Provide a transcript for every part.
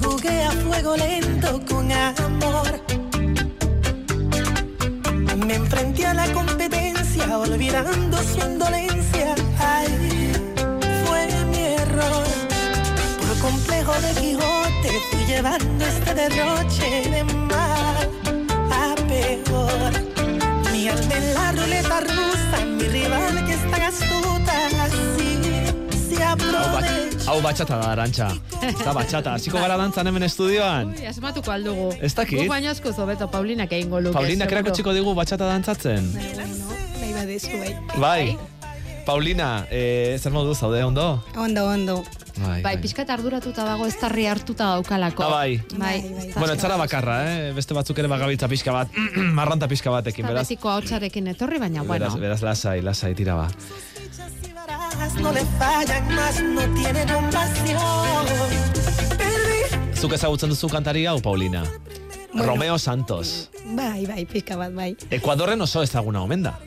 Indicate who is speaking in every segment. Speaker 1: Oh, fuego lento con amor. Me enfrenté a la competencia, olvidando su indolencia. Ay, fue mi error. Por complejo de Quijote, fui llevando este derroche de mal a peor. Mi alma en la ruleta rusa, mi rival que está astuta, así se
Speaker 2: Hau, bat,
Speaker 1: aprovecha.
Speaker 2: hau batxata da, arantxa. Ez da batxata. Hasiko gara dantzan hemen estudioan.
Speaker 3: Ui, asmatuko aldugu.
Speaker 2: Ez dakit.
Speaker 3: Guk baino asko zobeto, Paulinak egingo luke.
Speaker 2: Paulina,
Speaker 3: seguro.
Speaker 2: erakutxiko digu batxata dantzatzen.
Speaker 4: Bueno, nahi badezu, bai.
Speaker 2: Bai. Paulina, eh, zer modu zaude ondo?
Speaker 4: Ondo, ondo.
Speaker 2: Bai,
Speaker 3: Bai, pixkat arduratuta dago, ez tarri hartuta daukalako.
Speaker 2: Ah, bai.
Speaker 3: Bai,
Speaker 4: Bai, bai.
Speaker 2: Bueno, etzara bakarra, eh? Beste batzuk ere bagabiltza pixka bat, marranta pixka batekin,
Speaker 3: Eta
Speaker 2: beraz.
Speaker 3: betiko ahotsarekin etorri,
Speaker 4: Ah,
Speaker 3: baina, bueno.
Speaker 2: Beraz, beraz, lasai, lasai, tira ba.
Speaker 1: Sospechas y barajas no le fallan más, no tiene compasión. Perdí.
Speaker 2: Zuk ezagutzen duzu kantari hau, Paulina.
Speaker 4: Bueno.
Speaker 2: Romeo Santos.
Speaker 4: Bai, bai, pixka bat, bai.
Speaker 2: Ekuadorren oso ezaguna omen da.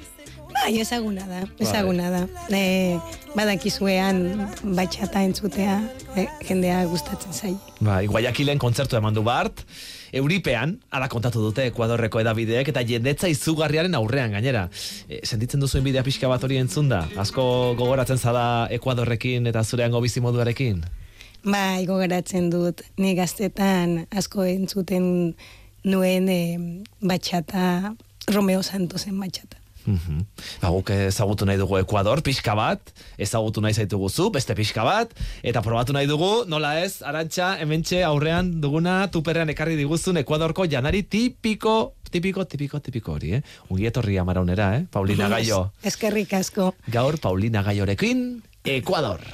Speaker 4: Bai, ezaguna da, ezaguna da. E, badakizuean batxata entzutea eh, jendea gustatzen zai.
Speaker 2: Bai, Guayaquilen kontzertu eman du bart, Euripean, ala kontatu dute Ekuadorreko edabideek eta jendetza izugarriaren aurrean gainera. E, sentitzen duzu inbidea pixka bat hori entzunda? Asko gogoratzen zada Ekuadorrekin eta zureango bizimoduarekin?
Speaker 4: Bai, gogeratzen dut, ni gaztetan asko entzuten nuen eh, batxata, Romeo Santosen batxata.
Speaker 2: Mhm. Ba, guk ezagutu nahi dugu Ekuador pixka bat, ezagutu nahi zaitugu zu, beste pixka bat, eta probatu nahi dugu, nola ez, arantxa, hementxe aurrean duguna, tuperrean ekarri diguzun Ekuadorko janari tipiko, tipiko, tipiko, tipiko hori, eh? Ungi etorri amaraunera, eh? Paulina Gaio.
Speaker 4: Ez- Eskerrik asko.
Speaker 2: Gaur Paulina Gaiorekin, Ekuador.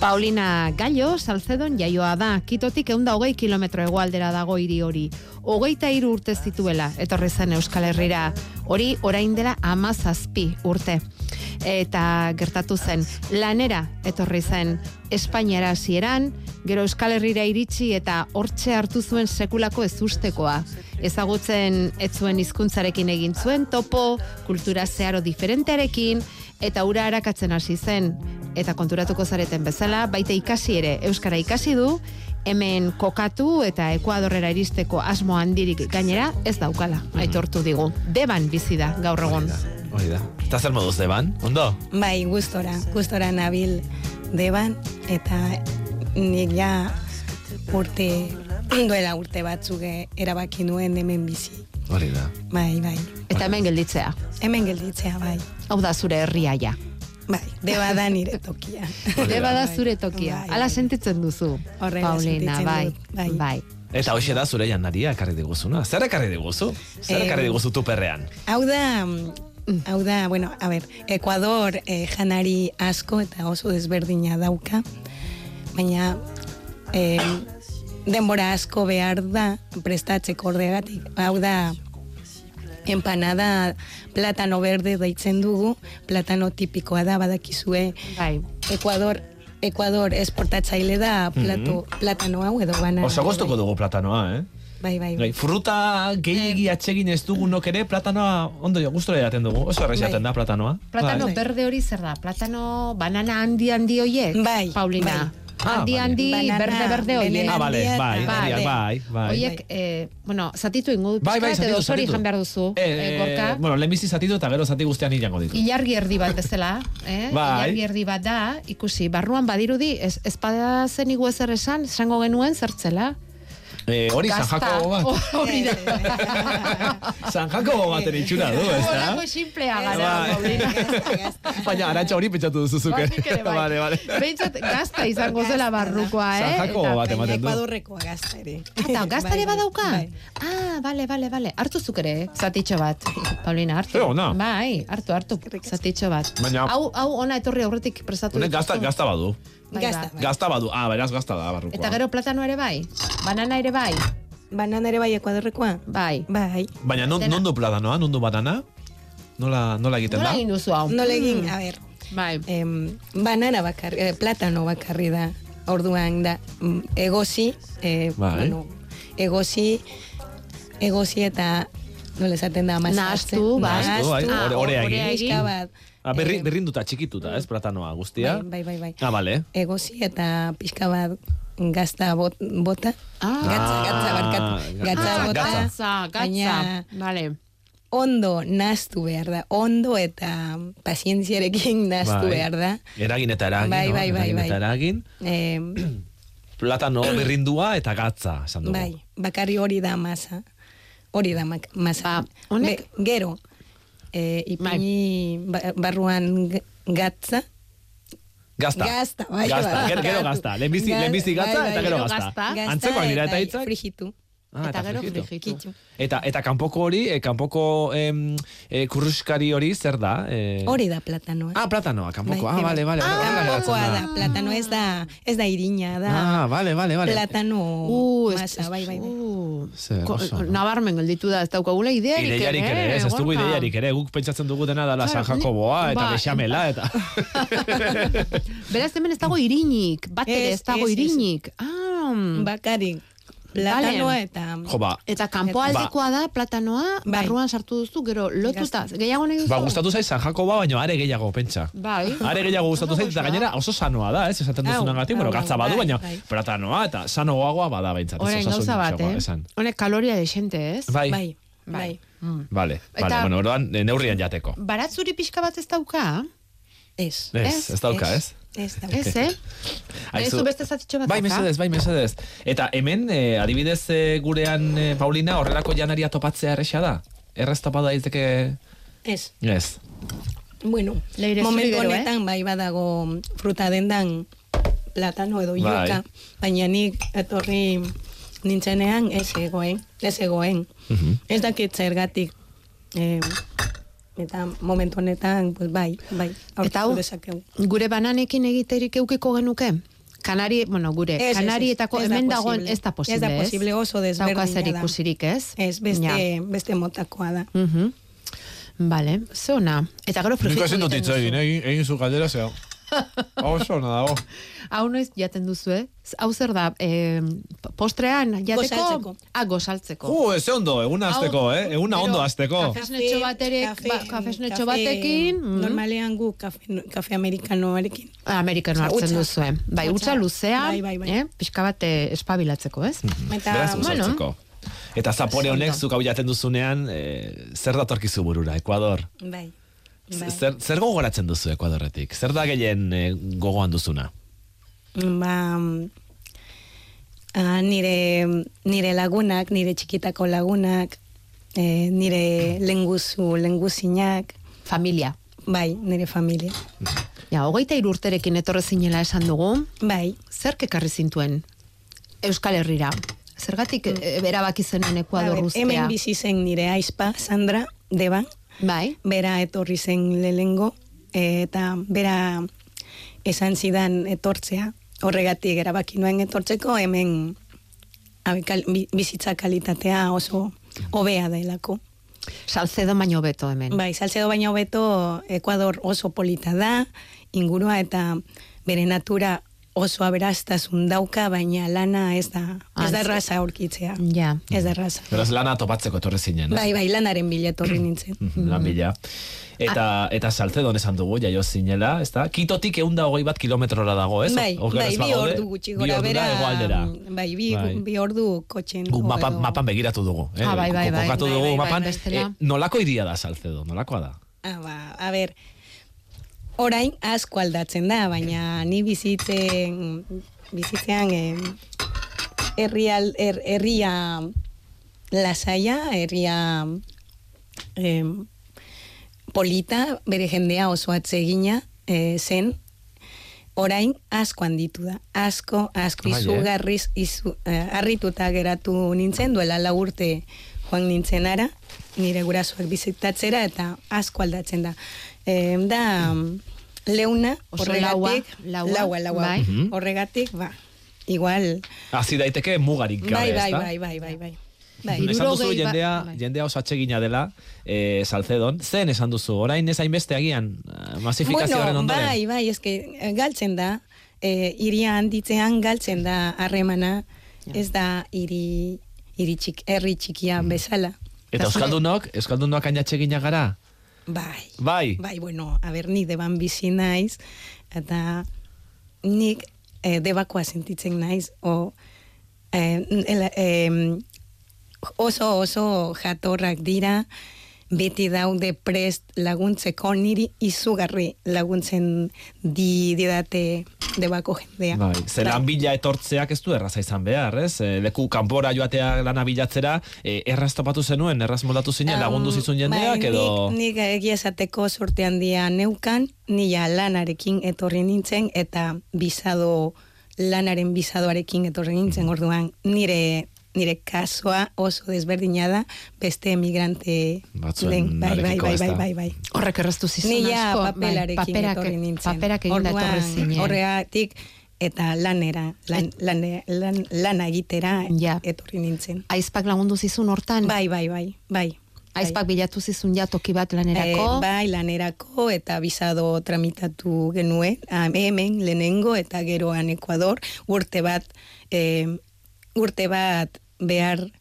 Speaker 3: Paulina Gallo, Salcedon jaioa da, kitotik eunda hogei kilometro hegoaldera dago hiri hori. Hogeita hiru urte zituela, etorri zen Euskal Herrira. Hori orain dela amazazpi urte. Eta gertatu zen, lanera etorri zen Espainiara hasieran, gero Euskal Herrira iritsi eta hortxe hartu zuen sekulako ezustekoa. Ezagutzen ez zuen hizkuntzarekin egin zuen topo, kultura zeharo diferentearekin, eta ura arakatzen hasi zen eta konturatuko zareten bezala, baita ikasi ere, euskara ikasi du, hemen kokatu eta Ekuadorrera iristeko asmo handirik gainera ez daukala, aitortu digu. Deban bizi da gaur egon.
Speaker 2: Mhm. Hori da. Eta zer moduz, Deban? Ondo?
Speaker 4: Bai, gustora, gustora nabil deban, eta nik ja urte, duela urte batzuk eh, erabaki nuen hemen bizi.
Speaker 2: Hori da.
Speaker 4: Bai, bai.
Speaker 3: Eta hemen gelditzea.
Speaker 4: Hemen gelditzea, bai.
Speaker 3: Hau da zure herria ja.
Speaker 4: Bai, deba da nire tokia.
Speaker 3: Deba da zure tokia.
Speaker 4: Bai, bai.
Speaker 3: Hala sentitzen duzu.
Speaker 4: Horrela
Speaker 3: Paulina,
Speaker 4: sentitzen
Speaker 3: bai,
Speaker 4: dut, bai.
Speaker 3: bai.
Speaker 2: Eta hoxe da zure janaria ekarri diguzuna. Zer ekarri diguzu? Zer
Speaker 4: Eh,
Speaker 2: ekarri diguzu tuperrean?
Speaker 4: Hau da, mm, hau da, bueno, a ber, Ekuador eh, janari asko eta oso desberdina dauka, baina eh, denbora asko behar da prestatzeko ordegatik. Hau da, empanada platano berde deitzen dugu, platano tipikoa da, badakizue,
Speaker 3: Bai.
Speaker 4: Ekuador, Ekuador esportatzaile da plato, platano hau edo bana.
Speaker 2: Oso gustuko dugu platanoa, eh?
Speaker 4: Bai, bai,
Speaker 2: Gai,
Speaker 4: bai.
Speaker 2: fruta
Speaker 3: Eh.
Speaker 2: gehiegi atsegin ez dugunok ere, platanoa ondo jo, gustora jaten dugu. Oso errez jaten da platanoa.
Speaker 3: Bai. Platano
Speaker 4: Bai.
Speaker 3: berde hori zer da? Platano banana handi handi hoiek?
Speaker 4: Bai,
Speaker 3: Paulina.
Speaker 2: bai. Ah,
Speaker 3: Handi
Speaker 2: bai.
Speaker 3: handi,
Speaker 4: Banana,
Speaker 3: berde berde hoiek.
Speaker 2: Ah, bale,
Speaker 4: Handia
Speaker 2: bai,
Speaker 4: eta-
Speaker 2: bai, bai, bai.
Speaker 3: Oiek, eh, bueno, zatitu ingo dut.
Speaker 2: Bai, bai,
Speaker 3: pixkat,
Speaker 2: zatitu,
Speaker 3: edo zori
Speaker 2: zatitu.
Speaker 3: jan behar duzu.
Speaker 2: Eh,
Speaker 3: eh, gorka.
Speaker 2: eh, bueno, lehenbizi zatitu eta gero zati guztian hilango ditu.
Speaker 3: Ilargi erdi bat bezala, eh?
Speaker 2: Bai.
Speaker 3: Ilargi erdi bat da, ikusi, barruan badirudi, ez, ez bada zen igu ezer esan, esango genuen zertzela.
Speaker 2: Eh, hori San
Speaker 3: Gazta.
Speaker 2: Jakobo
Speaker 3: Oh.
Speaker 2: bat.
Speaker 3: Hori da.
Speaker 2: San Jakobo baten itxura du, ez da?
Speaker 3: Horako simplea gara,
Speaker 2: Bai.
Speaker 3: Paulina.
Speaker 2: Baina, aratxa hori pentsatu duzu zuk
Speaker 3: Nik
Speaker 2: ere.
Speaker 3: ere bai.
Speaker 2: Bale, bale.
Speaker 3: Behintzat, gazta izango zela barrukoa, eh?
Speaker 2: San Jakobo
Speaker 3: Eta-
Speaker 2: bat ematen du.
Speaker 4: Ekuadorrekoa gazta ere.
Speaker 3: Eta gazta Ah, ere
Speaker 4: Bai, bai,
Speaker 3: badauka?
Speaker 4: bai.
Speaker 3: Ah, bale, bale, bale. Hartu zuk ere, eh? zatitxo bat. Paulina, hartu.
Speaker 2: Ze ona.
Speaker 3: Bai, hartu, hartu. Zatitxo bat.
Speaker 2: Baina-
Speaker 3: Hau, hau ona etorri aurretik prestatu
Speaker 2: Honek gazta,
Speaker 3: dituzu.
Speaker 2: gazta badu.
Speaker 3: Bai,
Speaker 4: Gazta,
Speaker 3: ba.
Speaker 4: bai.
Speaker 2: Gazta badu. Ah, beraz gazta da, barrukoa.
Speaker 3: Eta gero platano ere bai, banana ere bai.
Speaker 4: Banan ere bai Ekuadorrekoa?
Speaker 3: Bai.
Speaker 4: Bai.
Speaker 2: Baina non,
Speaker 3: Dena.
Speaker 2: non du platanoa, non du banana? Nola, nola egiten
Speaker 3: Nola
Speaker 2: da?
Speaker 3: egin duzu hau?
Speaker 4: Nola egin, a ber,
Speaker 3: Bai.
Speaker 4: em, banana bakarri, eh, platano bakarri da. Orduan da, mm, egozi, eh,
Speaker 2: Bai.
Speaker 4: bueno, egozi, egozi eta nola esaten da, amasatzen.
Speaker 3: Nahastu, bai.
Speaker 2: Nahastu, bai, ore- orea egin.
Speaker 4: pixka bat.
Speaker 2: Ah, berri,
Speaker 4: eh,
Speaker 2: berrinduta txikituta, ez, platanoa guztia?
Speaker 4: Bai, bai, bai, bai.
Speaker 2: Ah, bale.
Speaker 4: Egozi eta pixka bat gazta bot, bota.
Speaker 3: Ah.
Speaker 4: gatza, gatza,
Speaker 2: Ah,
Speaker 4: barkatu. Gatza,
Speaker 2: gatza,
Speaker 4: bota.
Speaker 2: gatza.
Speaker 3: Gatza, gatza.
Speaker 4: Baina-
Speaker 3: Vale.
Speaker 4: ondo nastu behar da, ondo eta pazientziarekin nastu
Speaker 2: Bai.
Speaker 4: behar da.
Speaker 2: Eragin eta eragin,
Speaker 4: Bai,
Speaker 2: no?
Speaker 4: bai, bai,
Speaker 2: eragin
Speaker 4: bai.
Speaker 2: eta eragin.
Speaker 4: Eh,
Speaker 2: Platano berrindua eta gatza, esan dugu.
Speaker 4: bai, bakarri hori da masa. Hori da mak- masa.
Speaker 3: Ba, honek- Bai.
Speaker 4: Be- gero, eh, ipini ba- barruan g- gatza.
Speaker 2: Gazta.
Speaker 4: Gazta, bai,
Speaker 2: Gazta,
Speaker 4: bai.
Speaker 2: gero, gero gazta. Lehenbizi,
Speaker 4: Gaz-
Speaker 2: lehenbizi gatza
Speaker 4: bai, bai.
Speaker 2: eta gero
Speaker 3: Gero
Speaker 2: gazta.
Speaker 3: gazta.
Speaker 4: Gazta bai,
Speaker 2: Antzekoak dira eta hitzak.
Speaker 4: Frijitu.
Speaker 2: Ah,
Speaker 3: eta gero
Speaker 2: frijitu.
Speaker 3: frijitu.
Speaker 4: Kitxu.
Speaker 2: Eta, eta kanpoko hori, eh, kanpoko em, eh, kurruskari hori zer da? Eh,
Speaker 4: Hori da platanoa.
Speaker 2: Ah, platanoa, kanpoko.
Speaker 4: Bai,
Speaker 2: Ah,
Speaker 4: bai.
Speaker 2: bale, bale. horrela geratzen
Speaker 4: Kanpokoa da, platano ez da, ez da irina, da
Speaker 2: Ah, bale, bale, bale.
Speaker 4: platano
Speaker 3: Uh, ez-
Speaker 4: masa, bai, bai, bai.
Speaker 3: Uh,
Speaker 2: Zer,
Speaker 3: ko-
Speaker 2: oso, no?
Speaker 3: Nabarmen gelditu da, ez daukagula idearik,
Speaker 2: Ideiarik ere, ez, ez dugu
Speaker 3: Gorka.
Speaker 2: ideiarik ere, guk pentsatzen dugu dena dela San
Speaker 3: Claro, ni-
Speaker 2: Jacoboa, eta
Speaker 3: ba,
Speaker 2: bexamela, eta...
Speaker 3: Beraz, hemen ez dago irinik, bat ere
Speaker 4: Ez,
Speaker 3: ez dago
Speaker 4: ez, ez.
Speaker 3: irinik. Ah,
Speaker 4: Mm. Bakarik, platanoa
Speaker 3: Vale.
Speaker 4: eta...
Speaker 2: Mm. Jo, ba,
Speaker 3: Eta Ba. kanpoaldekoa da, platanoa,
Speaker 4: Bai.
Speaker 3: barruan sartu duzu, gero lotuta. Gehiago nahi duzu?
Speaker 2: ba, gustatu zaiz San Jacoba, baino are gehiago, pentsa.
Speaker 3: Bai.
Speaker 2: Are gehiago gustatu zait, eta gainera oso sanoa da, ez? Esaten
Speaker 4: Hau,
Speaker 2: duzunagatik,
Speaker 4: hau,
Speaker 2: bueno,
Speaker 4: hau,
Speaker 2: gatza badu,
Speaker 4: bai,
Speaker 2: baina
Speaker 4: bai.
Speaker 2: platanoa eta sanoagoa bada behintzat. ez
Speaker 3: Orain
Speaker 2: osasun
Speaker 3: gauza bat,
Speaker 2: gutxiagoa,
Speaker 3: eh?
Speaker 2: Esan.
Speaker 3: Honek kaloria desente, ez?
Speaker 2: Bai, bai.
Speaker 4: Bai, bai.
Speaker 2: Vale,
Speaker 3: Eta-
Speaker 2: vale, bueno, orduan eh, neurrian jateko.
Speaker 3: Baratzuri pixka bat ez dauka?
Speaker 4: Ez.
Speaker 2: Ez, ez dauka, ez?
Speaker 4: Ez dauka.
Speaker 3: Ez, eh? Aizu beste zatitxo bat
Speaker 2: Bai,
Speaker 3: dauka?
Speaker 2: mesedez, bai, mesedez. Eta hemen, eh, adibidez, eh, gurean, eh, Paulina, horrelako janaria topatzea erresa da? Errez topa daiteke...
Speaker 4: Ez.
Speaker 2: Ez.
Speaker 4: Bueno,
Speaker 3: Leire
Speaker 4: momentu
Speaker 3: zuri gero,
Speaker 4: honetan bai badago fruta dendan platano edo
Speaker 2: Bai.
Speaker 4: yuka, baina nik etorri nintzenean ez egoen, ez egoen.
Speaker 2: Mhm.
Speaker 4: Ez dakit zergatik. Eh, eta momentu honetan, pues bai, bai,
Speaker 3: Eta hau,
Speaker 4: aurkitu dezakegu.
Speaker 3: gure bananekin egiterik eukiko genuke? Kanari, bueno, gure,
Speaker 4: Ez, ez, ez.
Speaker 3: kanarietako
Speaker 4: Ez da
Speaker 3: hemen dagoen
Speaker 4: posible.
Speaker 3: ez da posible,
Speaker 4: Ez da posible, oso desberdina
Speaker 3: Dauka zer
Speaker 4: da.
Speaker 3: ikusirik, ez?
Speaker 4: Ez, beste, beste motakoa da.
Speaker 3: Mhm. Vale, ze ona. Eta gero frijitu.
Speaker 5: Nik ezin dut
Speaker 3: egiten
Speaker 5: hitz egin,
Speaker 3: duzu.
Speaker 5: egin, egin zu galdera zeo. Oso, ona dago.
Speaker 3: Hau noiz jaten duzu, eh? Hau zer da, eh, postrean jateko?
Speaker 4: Gozaltzeko.
Speaker 3: Ah, gozaltzeko.
Speaker 2: Ju, ez ondo, eguna azteko, eh? Eguna
Speaker 3: Gero,
Speaker 2: ondo azteko.
Speaker 3: Kafesnetxo baterek,
Speaker 4: Kafe-
Speaker 3: ba, kafesnetxo
Speaker 4: kafe-
Speaker 3: batekin, mhm.
Speaker 4: Normalean gu kafe, kafe amerikanoarekin.
Speaker 3: Amerikano
Speaker 4: Utza,
Speaker 3: hartzen
Speaker 4: utza.
Speaker 3: duzu, eh? Bai,
Speaker 4: Utza.
Speaker 3: utza luzea,
Speaker 4: Bai, bai, bai.
Speaker 3: eh? Pixka bat eh, espabilatzeko, ez?
Speaker 4: Eta, bai,
Speaker 2: Beraz,
Speaker 3: bueno.
Speaker 2: usatzeko. Eta zapore
Speaker 3: Oso
Speaker 2: honek
Speaker 3: ondo.
Speaker 2: zuk hau jaten duzunean, eh, zer datorkizu burura, Ekuador?
Speaker 4: bai, bai.
Speaker 2: Zer, zer gogoratzen duzu Ekuadorretik? Zer da gehien eh, gogoan duzuna?
Speaker 4: Ba, mm, ah, nire, nire lagunak, nire txikitako lagunak, eh, nire lenguzu, lenguzinak,
Speaker 3: Familia.
Speaker 4: bai, nire familia.
Speaker 3: Ja, hogeita hiru urterekin etorre zinela esan dugu,
Speaker 4: Bai,
Speaker 3: zer kekarri zintuen Euskal Herrira? Zergatik eh, erabaki zenuen
Speaker 4: Mm. A
Speaker 3: Ekuador
Speaker 4: ber,
Speaker 3: guztia?
Speaker 4: hemen bizi zen nire aizpa, Sandra, deban,
Speaker 3: Bai,
Speaker 4: bera etorri zen lehengo, eta bera esan zidan etortzea, horregatik erabaki nuen etortzeko, hemen abe, kal- bi- bizitza kalitatea oso hobea delako.
Speaker 3: salzedo baino beto hemen.
Speaker 4: Bai, Salcedo baina hobeto Ekuador oso polita da, ingurua eta bere natura oso aberastasun dauka, baina lana ez da, ez da
Speaker 3: Antz- Mm.
Speaker 4: erraza aurkitzea.
Speaker 3: Ja.
Speaker 4: Ez da erraza.
Speaker 2: Beraz, lana topatzeko etorri zinen, ez?
Speaker 4: Bai, bai, lanaren bila etorri nintzen.
Speaker 2: Mhm, Lan bila. Eta,
Speaker 4: Ah.
Speaker 2: eta saltedon esan dugu, jaio zinela, ez da? Kitotik eunda hogei bat kilometrora dago, ez?
Speaker 4: Bai,
Speaker 2: Oker
Speaker 4: bai,
Speaker 2: ez
Speaker 4: bi
Speaker 2: bagaude,
Speaker 4: ordu gutxi
Speaker 2: eh? bi
Speaker 4: gora
Speaker 2: ordura
Speaker 4: bera.
Speaker 2: hegoaldera.
Speaker 4: Bai, bi,
Speaker 2: Bai.
Speaker 4: bi ordu kotxen.
Speaker 2: Guk mapa,
Speaker 4: edo-
Speaker 2: mapan begiratu dugu. Eh?
Speaker 3: Ah, bai, bai, bai.
Speaker 2: Kokatu
Speaker 3: Bai,
Speaker 2: dugu
Speaker 3: bai, bai,
Speaker 2: mapan.
Speaker 3: bestela.
Speaker 2: eh, nolako iria da Salcedo? Nolakoa da?
Speaker 4: Ah, ba, a ber, orain asko aldatzen da, baina ni bizitzen, bizitzean eh, herria, her, herria lasaia, herria eh, polita, bere jendea oso atsegina eh, zen, orain asko handitu da, asko, asko
Speaker 2: Bai, eh?
Speaker 4: izugarriz, izu, eh, harrituta geratu nintzen, duela lau urte joan nintzen ara, nire gurasoak bizitatzera eta asko aldatzen da. Eh, da, mm, leuna,
Speaker 3: Oso
Speaker 4: horregatik,
Speaker 3: laua, laua,
Speaker 4: laua, laua.
Speaker 3: bai.
Speaker 4: horregatik, ba, igual,
Speaker 2: Hazi daiteke mugarik gabe,
Speaker 4: bai, bai,
Speaker 2: ezta?
Speaker 4: bai, bai, bai, bai.
Speaker 3: Hiru-
Speaker 4: Bai,
Speaker 2: Esan duzu
Speaker 3: Hirurogei ba-
Speaker 2: jendea,
Speaker 3: bai.
Speaker 2: jendea oso atsegina dela, eh, Salcedon. Zen esan duzu, orain ez hainbeste agian, eh, masifikazio horren
Speaker 4: bueno,
Speaker 2: ondoren.
Speaker 4: bai, bai, eske eh, galtzen da, eh, iria handitzean galtzen da harremana, ez da hiri hiri txik, herri txikia
Speaker 2: Mm.
Speaker 4: bezala.
Speaker 2: Eta Euskaldunok, Euskaldunok hain atsegina gara?
Speaker 4: Bai.
Speaker 2: Bai,
Speaker 4: Bai, bueno, a ber, ni deban bizi naiz, eta nik eh, debakoa sentitzen naiz, o eh, el, eh, oso oso jatorrak dira, beti daude prest laguntzeko niri izugarri laguntzen di, didate debako jendea.
Speaker 2: Bai, ze lan bila etortzeak ez du erraza izan behar, ez? Eh, Leku kanpora joatea lana bilatzera, eh, erraz topatu zenuen, erraz moldatu zinen, lagundu
Speaker 4: Em,
Speaker 2: zizun jendeak,
Speaker 4: bai,
Speaker 2: edo...
Speaker 4: Nik, nik egia esateko sorte handia neukan, nila lanarekin etorri nintzen, eta bizado, lanaren bizadoarekin etorri
Speaker 2: Mm.
Speaker 4: nintzen, orduan nire nire kasua oso desberdina da beste emigrante
Speaker 2: Batzuen
Speaker 4: bai, bai,
Speaker 2: arekiko,
Speaker 4: bai,
Speaker 2: ez da?
Speaker 4: bai, bai, bai.
Speaker 3: Horrek erraztu zizun
Speaker 4: Nila
Speaker 3: asko. bai,
Speaker 4: papelarekin
Speaker 3: paperak,
Speaker 4: etorri nintzen.
Speaker 3: Paperak egin da
Speaker 4: Orduan,
Speaker 3: etorri zinen.
Speaker 4: Horregatik, eta lanera, lan, lan, lan, lana egitera
Speaker 3: Ja.
Speaker 4: etorri nintzen.
Speaker 3: Aizpak lagundu zizun hortan.
Speaker 4: Bai, bai, bai, bai. bai.
Speaker 3: Aizpak bilatu zizun ja toki bat lanerako.
Speaker 4: Eh, bai, lanerako eta bizado tramitatu genuen, ah, hemen lehenengo eta geroan Ekuador, urte bat, eh, urte bat behar,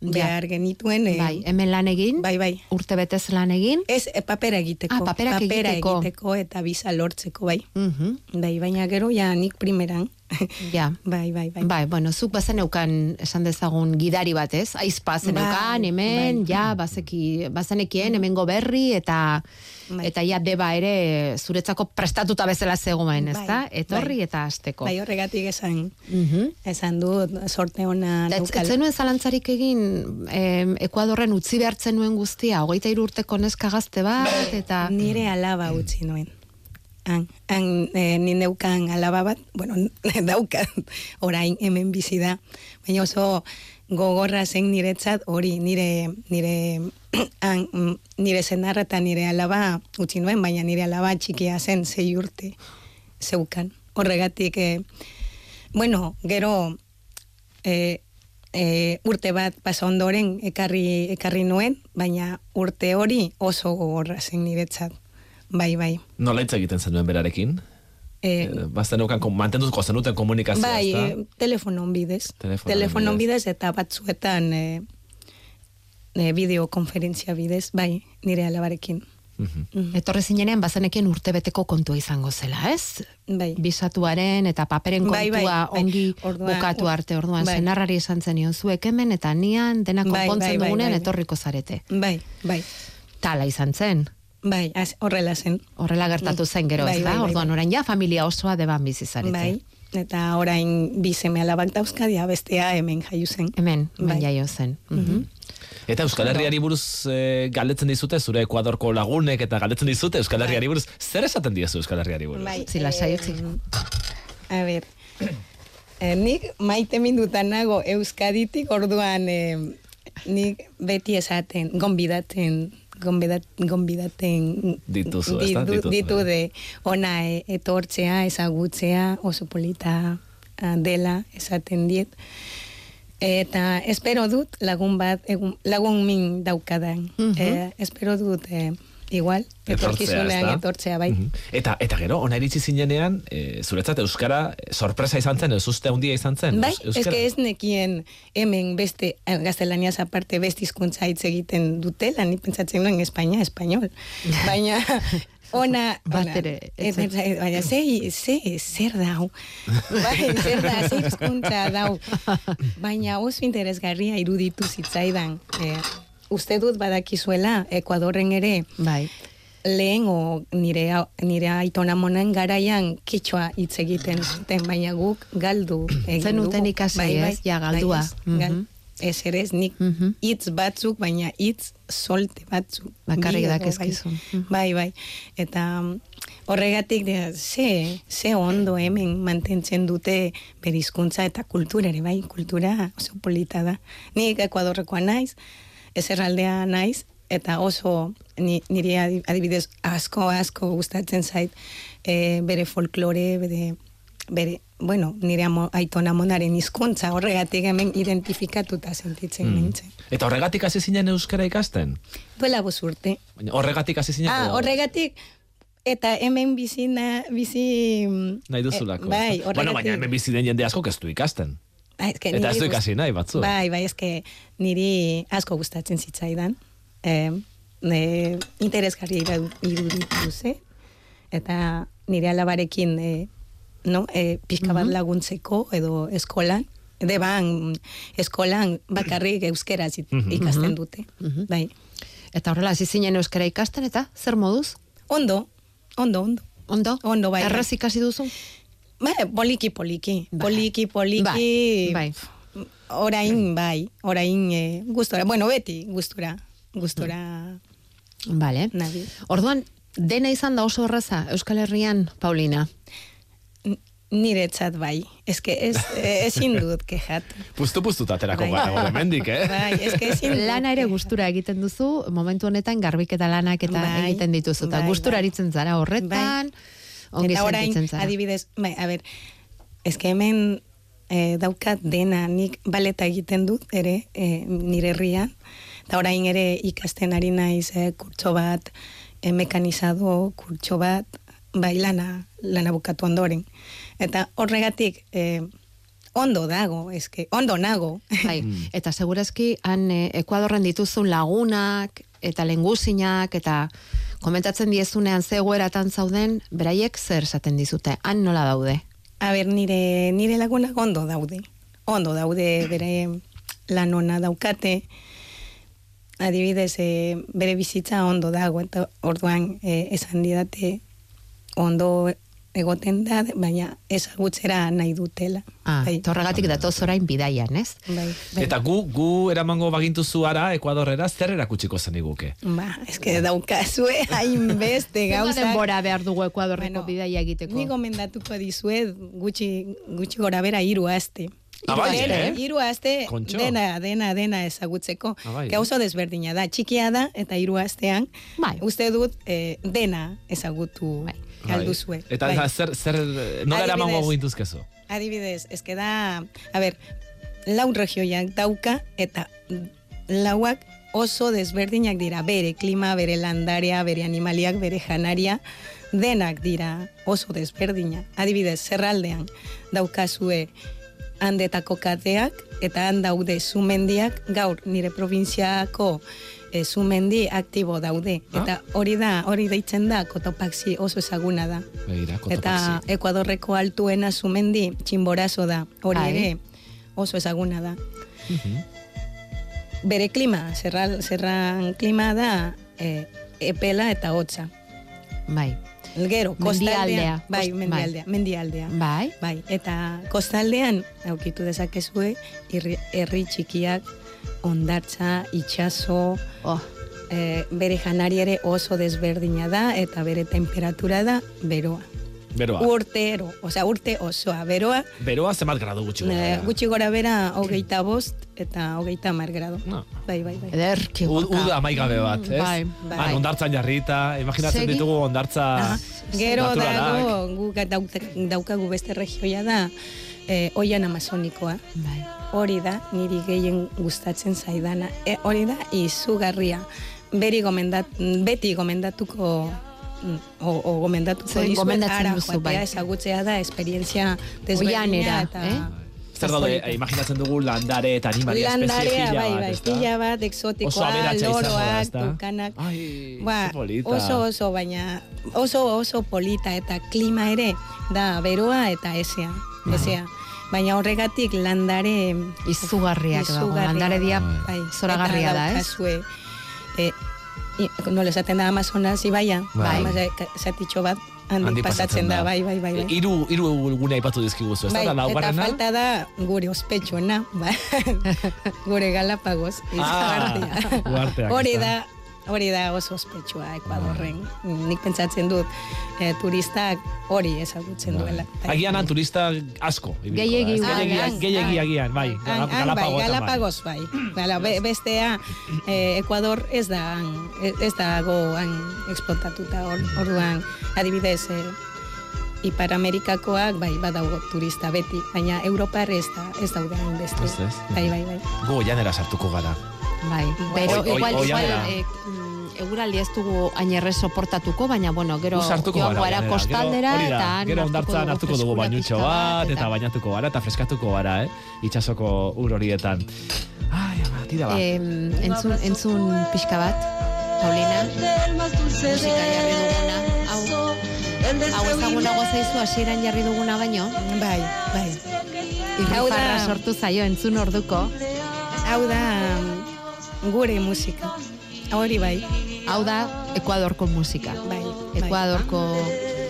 Speaker 3: Ja.
Speaker 4: behar genituen. eh,
Speaker 3: Bai, hemen lan egin.
Speaker 4: bai, bai.
Speaker 3: Urte betez lan egin.
Speaker 4: Ez eh, papera egiteko.
Speaker 3: Ah, paperak
Speaker 4: papera
Speaker 3: egiteko.
Speaker 4: egiteko. eta biza lortzeko, bai.
Speaker 3: Mhm,
Speaker 4: Bai, baina gero ja nik primeran.
Speaker 3: Ja.
Speaker 4: bai, bai, bai.
Speaker 3: Bai, bueno, zuk bazeneukan esan dezagun gidari bat, ez? Aizpa zeneukan,
Speaker 4: Bai,
Speaker 3: hemen,
Speaker 4: bai.
Speaker 3: ja, bazeki, bazenekien, hemengo berri, eta
Speaker 4: Bai.
Speaker 3: eta ja deba ere zuretzako prestatuta bezala zegoen, ez da?
Speaker 4: Bai,
Speaker 3: Etorri
Speaker 4: bai.
Speaker 3: eta hasteko.
Speaker 4: Bai, horregatik esan,
Speaker 3: Mhm.
Speaker 4: esan dut, sorte ona
Speaker 3: Eta ez- ez
Speaker 4: neukala.
Speaker 3: zenuen zalantzarik egin em, Ekuadorren utzi behartzen nuen guztia, hogeita hiru urteko neska gazte bat, eta...
Speaker 4: Nire alaba utzi nuen. Han, han eh, ni neukan alaba bat, bueno, dauka, orain hemen bizi da, baina oso gogorra zen niretzat hori, nire, nire, han, mm, nire senarra eta nire alaba utzi nuen, baina nire alaba txikia zen, zei urte zeukan. Horregatik, eh, bueno, gero eh, eh, urte bat pasa ondoren ekarri, ekarri nuen, baina urte hori oso gogorra zen niretzat. Bai, bai.
Speaker 2: Nola hitz egiten zenuen berarekin?
Speaker 4: Eh,
Speaker 2: Eh, Bazten eukan, mantenduko zenuten komunikazioa,
Speaker 4: bai,
Speaker 2: ezta?
Speaker 4: eh, telefonon bidez.
Speaker 2: Telefonon
Speaker 4: telefonon
Speaker 2: bidez.
Speaker 4: bidez. eta batzuetan eh, eh, bideokonferentzia bidez, bai, nire alabarekin.
Speaker 2: Mhm.
Speaker 3: Etorri zinenean bazenekien urtebeteko kontua izango zela, ez?
Speaker 4: Bai.
Speaker 3: Bisatuaren eta paperen kontua
Speaker 4: Bai, bai, bai.
Speaker 3: ongi
Speaker 4: Orduan,
Speaker 3: bukatu arte, orduan
Speaker 4: bai.
Speaker 3: senarrari esan zenion zuek hemen eta nian dena
Speaker 4: Bai, bai,
Speaker 3: konpontzen
Speaker 4: bai, bai,
Speaker 3: dugunean
Speaker 4: bai.
Speaker 3: etorriko zarete.
Speaker 4: Bai, bai,
Speaker 3: Tala izan zen.
Speaker 4: bai, az- horrela zen.
Speaker 3: Horrela gertatu zen gero,
Speaker 4: Bai,
Speaker 3: ez da?
Speaker 4: bai, bai,
Speaker 3: Orduan,
Speaker 4: bai.
Speaker 3: orain ja familia osoa deban bizi zarete.
Speaker 4: Bai, eta orain bi seme alabak dauzkadia bestea hemen jaiu zen.
Speaker 3: Hemen, hemen
Speaker 4: Bai.
Speaker 3: jaio zen. Mhm.
Speaker 2: Eta Euskal Herriari buruz eh, galdetzen dizute, zure Ekuadorko lagunek eta galdetzen dizute Euskal Herriari buruz. Zer esaten diezu Euskal Herriari buruz?
Speaker 4: Bai,
Speaker 3: Utzi lasai,
Speaker 4: eh,
Speaker 3: utzi.
Speaker 4: A ber, eh, nik maite mindutan nago Euskaditik, orduan eh, nik beti esaten, gonbidaten, gonbidat, gonbidaten
Speaker 2: Dituzu, ezta? Dituzu. bai.
Speaker 4: ditude ona eh, etortzea, ezagutzea, oso polita ah, dela esaten diet. Eta espero dut lagun bat, egun- lagun min daukadan.
Speaker 3: Mhm.
Speaker 4: Eh, espero dut eh, igual, etorkizunean
Speaker 2: ezta?
Speaker 4: etortzea bai.
Speaker 2: Mhm. Eta, eta gero, ona iritsi zinenean, eh, zuretzat Euskara eh, sorpresa izan zen, ez uste handia izan zen.
Speaker 4: Bai,
Speaker 2: Eus-
Speaker 4: eske
Speaker 2: euskara.
Speaker 4: ez nekien hemen beste eh, gaztelaniaz aparte beste hizkuntza hitz egiten dutela, ni pentsatzen nuen Espainia, espainol. Baina ona,
Speaker 3: Bat
Speaker 4: ona,
Speaker 3: ere, ez
Speaker 4: ez-
Speaker 3: ez.
Speaker 4: ez- baina ze, ze, zer dau. Bai, zer da, ze hizkuntza dau. Baina oso interesgarria iruditu zitzaidan. Eh, uste dut badakizuela, Ekuadorren ere,
Speaker 3: Bai.
Speaker 4: lehengo nire, a- nire aitona monen garaian kitxoa hitz egiten zuten, baina guk galdu egin
Speaker 3: Ah. Zenuten
Speaker 4: dugu. Bai,
Speaker 3: ikasi, ez? Ja, galdua.
Speaker 4: ez, gal-
Speaker 3: Mhm.
Speaker 4: ez ere ez nik
Speaker 3: Mhm.
Speaker 4: hitz batzuk, baina hitz solte batzuk.
Speaker 3: Bakarrik
Speaker 4: Gehiago,
Speaker 3: dakizkizu.
Speaker 4: Bai.
Speaker 3: Mhm.
Speaker 4: bai, bai. Eta mm, horregatik, dira, ze, ze ondo hemen mantentzen dute berizkuntza eta kultura ere, bai, kultura oso polita da. Nik ekuadorrekoa naiz, ezerraldea naiz, eta oso ni, niri adi- adibidez asko asko gustatzen zait e, bere eh, folklore, bere bere, bueno, nire amo, aitona monaren hizkuntza horregatik hemen identifikatuta sentitzen nintzen.
Speaker 2: Mm. Eta horregatik hasi zinen euskara ikasten?
Speaker 4: Duela bost urte.
Speaker 2: Baina Horregatik hasi zinen...
Speaker 4: Ah,
Speaker 2: edo-
Speaker 4: horregatik, eta hemen bizi, na, bizi... mm,
Speaker 2: Nahi duzulako.
Speaker 4: eh, bai, horregatik.
Speaker 2: Bueno, baina hemen bizi den jende askok ez du ikasten.
Speaker 4: Ba, eske
Speaker 2: Eta
Speaker 4: niri
Speaker 2: ez du
Speaker 4: gust-
Speaker 2: ikasi nahi batzu.
Speaker 4: Bai, bai, eske niri asko gustatzen zitzaidan. Eh, eh, interesgarri iru- iruditu ze. Eta nire alabarekin eh, no, eh, pixka
Speaker 2: Mhm.
Speaker 4: bat laguntzeko edo eskolan. Deban, eskolan bakarrik euskeraz it-
Speaker 2: Mhm.
Speaker 4: ikasten dute. Bai.
Speaker 3: Eta horrela, hasi zinen euskara ikasten, eta zer moduz?
Speaker 4: Ondo, ondo, ondo.
Speaker 3: Ondo?
Speaker 4: Ondo, bai.
Speaker 3: Erraz ikasi duzu?
Speaker 4: Bai, poliki, poliki.
Speaker 3: Bai.
Speaker 4: Poliki, poliki.
Speaker 3: Bai,
Speaker 4: Orain, bai. Orain, eh, gustora. Bueno, beti, gustura. Gustura
Speaker 3: Bale.
Speaker 4: nabil.
Speaker 3: Orduan, dena izan da oso erraza, Euskal Herrian, Paulina.
Speaker 4: N-
Speaker 3: Mm.
Speaker 4: Niretzat bai. Ez que ez, eh, ezin dut kejatu.
Speaker 2: Puztu-puztu aterako
Speaker 4: Bai.
Speaker 2: gara, gure mendik, eh?
Speaker 4: Bai, ez que ezin dut
Speaker 3: Lana ere
Speaker 4: kejatu.
Speaker 3: gustura egiten duzu, momentu honetan garbiketa lanak eta
Speaker 4: Bai,
Speaker 3: egiten dituzu, eta
Speaker 4: bai,
Speaker 3: gustura
Speaker 4: bai.
Speaker 3: aritzen zara horretan, ongi
Speaker 4: Eta orain,
Speaker 3: sentitzen zara.
Speaker 4: adibidez, bai, a ber, ez que hemen eh, daukat dena, nik baleta egiten dut, ere, eh, nire herrian, eta orain ere ikasten ari naiz eh, kurtso bat, eh, mekanizado kurtso bat, bai lana, lana bukatu ondoren. Eta horregatik, eh, ondo dago, eske, ondo nago.
Speaker 3: Bai, eta segurazki han eh, Ekuadorren dituzun lagunak eta lenguzinak eta komentatzen diezunean ze egoeratan zauden, beraiek zer esaten dizute, han nola daude.
Speaker 4: A ber, nire, nire lagunak ondo daude. Ondo daude bere lan ona daukate. Adibidez, eh, bere bizitza ondo dago, eta orduan eh, esan didate ondo egoten da, baina ezagutzera nahi dutela.
Speaker 3: Ah,
Speaker 4: Bai.
Speaker 3: eta horregatik datoz orain bidaian, ez?
Speaker 4: Bai, bai.
Speaker 2: Eta gu, gu eramango bagintuzu ara, Ekuadorrera, zer erakutsiko zeniguke?
Speaker 4: Ba, eske daukazue hainbeste
Speaker 3: Gauza
Speaker 4: gauzak.
Speaker 3: denbora behar dugu Ekuadorreko
Speaker 4: Bueno,
Speaker 3: bidaia egiteko.
Speaker 4: Ni gomendatuko dizuet gutxi, gutxi gora bera hiru aste.
Speaker 2: Ah, bai,
Speaker 4: Hiru
Speaker 2: eh?
Speaker 4: aste, hiru aste
Speaker 2: Kontxo.
Speaker 4: dena, dena, dena ezagutzeko.
Speaker 2: Ah, bai, eh?
Speaker 4: Gauzo desberdina da, txikia da eta hiru astean.
Speaker 3: Bai.
Speaker 4: Uste dut eh, dena ezagutu
Speaker 3: Bai.
Speaker 4: galdu zuen.
Speaker 2: Eta
Speaker 4: Bai.
Speaker 2: zer, zer, nola
Speaker 4: Adibidez.
Speaker 2: eramango gintuzkezu?
Speaker 4: Adibidez, ez que da, a ber, lau regioiak dauka eta lauak oso desberdinak dira. Bere klima, bere landarea, bere animaliak, bere janaria, denak dira oso desberdina. Adibidez, zerraldean daukazue handetako kateak eta han daude zumendiak gaur nire provintziako e, zumendi aktibo daude.
Speaker 2: Ah.
Speaker 4: Eta hori da, hori deitzen da, kotopaxi oso ezaguna da.
Speaker 2: Begira,
Speaker 4: Eta
Speaker 2: kotopaxi.
Speaker 4: Ekuadorreko altuena zumendi tximborazo da. Hori
Speaker 3: Bai.
Speaker 4: ere oso ezaguna da.
Speaker 2: Mhm.
Speaker 4: Bere klima, zerran, zerran klima da eh, epela eta hotza.
Speaker 3: Bai,
Speaker 4: Gero,
Speaker 3: Mendialdea.
Speaker 4: kostaldea. Bai,
Speaker 3: Kost-
Speaker 4: mendialdea. mendialdea.
Speaker 3: bai,
Speaker 4: Bai, eta kostaldean aukitu dezakezue irri- herri txikiak, ondartza, itxaso,
Speaker 3: oh,
Speaker 4: eh, bere janari ere oso desberdina da eta bere temperatura da beroa.
Speaker 2: Beroa.
Speaker 4: Urtero, osea urte osoa, beroa
Speaker 2: Beroa zenbat gradu gutxi gora
Speaker 4: Eh,
Speaker 2: bera?
Speaker 4: gutxi gora bera hogeita bost eta hogeita hamar grado.
Speaker 2: No.
Speaker 4: Bai, bai, bai.
Speaker 3: ederki
Speaker 2: U-
Speaker 3: guapa.
Speaker 2: Uda amaigabe bat, ez?
Speaker 3: Bai,
Speaker 4: bai.
Speaker 2: Han ondartzan jarrita, imaginatzen
Speaker 3: Segi.
Speaker 2: ditugu ondartza
Speaker 4: Aha. Gero
Speaker 2: naturalak.
Speaker 4: dago, gu dauk- daukagu beste regioia da, eh, oian amazonikoa.
Speaker 3: Bai.
Speaker 4: Hori da, niri gehien gustatzen zaidana. E, hori da, izugarria. Beri gomendat, beti gomendatuko mm, o, o gomendatuko
Speaker 3: Zer
Speaker 4: dizuet,
Speaker 3: gomendatzen
Speaker 4: ara
Speaker 3: duzu,
Speaker 4: joatea
Speaker 3: bai.
Speaker 4: ezagutzea da, esperientzia desberdina
Speaker 3: Oihanera,
Speaker 4: eta...
Speaker 3: eh?
Speaker 2: Zer daude,
Speaker 4: Askorik.
Speaker 2: imaginatzen dugu landare eta animalia espezie
Speaker 4: Landarea,
Speaker 2: pila
Speaker 4: bai, bai,
Speaker 2: bat, ezta?
Speaker 4: pila bat,
Speaker 2: Oso
Speaker 4: exotikoa,
Speaker 2: aberatsa izango da,
Speaker 4: loroak,
Speaker 2: ezta?
Speaker 4: tukanak.
Speaker 2: Ai,
Speaker 4: Ba,
Speaker 2: ze polita.
Speaker 4: oso oso baina oso oso polita eta klima ere da beroa eta ezea,
Speaker 2: Bai.
Speaker 4: ezea. Baina horregatik landare
Speaker 3: Izugarriak dago,
Speaker 4: izugarria.
Speaker 3: landare dia
Speaker 4: Bai.
Speaker 3: zoragarria
Speaker 4: Eta
Speaker 3: da, ez?
Speaker 4: daukazue, eh, i- nola esaten da Amazonas ibaia,
Speaker 2: Bai.
Speaker 4: Amazon- zatitxo bat handik
Speaker 2: Handik
Speaker 4: pasatzen da, bai, bai, bai. bai.
Speaker 2: E, Hiru hiru gune aipatu dizkiguzu, ez da?
Speaker 4: Bai,
Speaker 2: Eta
Speaker 4: eta
Speaker 2: laugarrena?
Speaker 4: falta da gure ospetsuena, ba. gure Galapagos
Speaker 2: Ah,
Speaker 4: izartea.
Speaker 2: uharteak,
Speaker 4: hori
Speaker 2: ezta?
Speaker 4: da, hori da oso ospetsua Ekuadorren. Nik pentsatzen dut eh, turistak hori ezagutzen duela.
Speaker 2: Bai. Agian han turista asko. ibiliko da, ez?
Speaker 3: Gehiegi,
Speaker 4: Ah,
Speaker 2: Gehiegi,
Speaker 4: han,
Speaker 2: gehiegi
Speaker 4: han.
Speaker 2: agian, bai.
Speaker 4: Han- han,
Speaker 2: Galapagoetan,
Speaker 4: bai,
Speaker 2: bai.
Speaker 4: Galapagos bai. Gala- be- bestea, eh, Ekuador ez da han, Mm. ez dago han explotatuta or, orduan, adibidez, eh, Ipar Amerikakoak, bai, badago turista beti, baina Europar ez da, ez daude hainbeste.
Speaker 2: Ez, ez.
Speaker 4: Bai, bai, bai.
Speaker 2: Gu janera sartuko gara.
Speaker 3: Bai,
Speaker 4: Igual-
Speaker 3: pero
Speaker 2: Oi- oi-
Speaker 3: igual, igual,
Speaker 2: oihanera.
Speaker 3: eh, mm, eguraldi ez dugu ainerre soportatuko, baina, bueno, gero
Speaker 2: Gu sartuko gara.
Speaker 3: joango gara
Speaker 2: janera.
Speaker 3: kostaldera,
Speaker 2: Gero- hori da,
Speaker 3: eta han
Speaker 2: gero
Speaker 3: hartuko
Speaker 2: ondartzan hartuko dugu
Speaker 3: freskura
Speaker 2: bainutxo
Speaker 3: pixka
Speaker 2: bat, eta bainatuko gara, eta freskatuko gara, eh? Itxasoko ur horietan. Ai, ama, tira
Speaker 4: Eh,
Speaker 2: ba.
Speaker 3: Em, entzun, entzun pixka bat, Paulina,
Speaker 6: El más dulce
Speaker 3: Musika jarri duguna, hau.
Speaker 6: beso, el
Speaker 3: hau
Speaker 6: deseo
Speaker 3: ezagunago zaizu hasieran jarri duguna baino,
Speaker 4: Bai, bai. Hau da-
Speaker 3: irrifarra sortu zaio entzun orduko,
Speaker 4: Hau da mm, gure musika. Hori bai,
Speaker 3: hau da Ekuadorko musika.
Speaker 4: bai. bai.
Speaker 3: Ekuadorko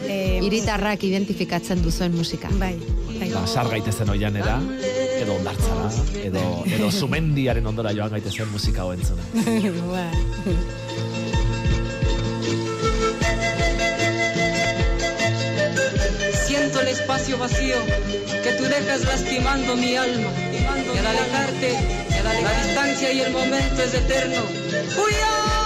Speaker 4: Eh,
Speaker 3: hiritarrak identifikatzen duzuen musika.
Speaker 4: Bai, bai.
Speaker 2: Ba, sar gaitezen oianera, edo ondartzara, edo, edo sumendiaren ondora joan gaitezen musika hau entzuna.
Speaker 4: bai.
Speaker 6: Siento el espacio vacío que tú dejas lastimando mi alma. Y al alejarte, la distancia y el momento es eterno. ¡Julián!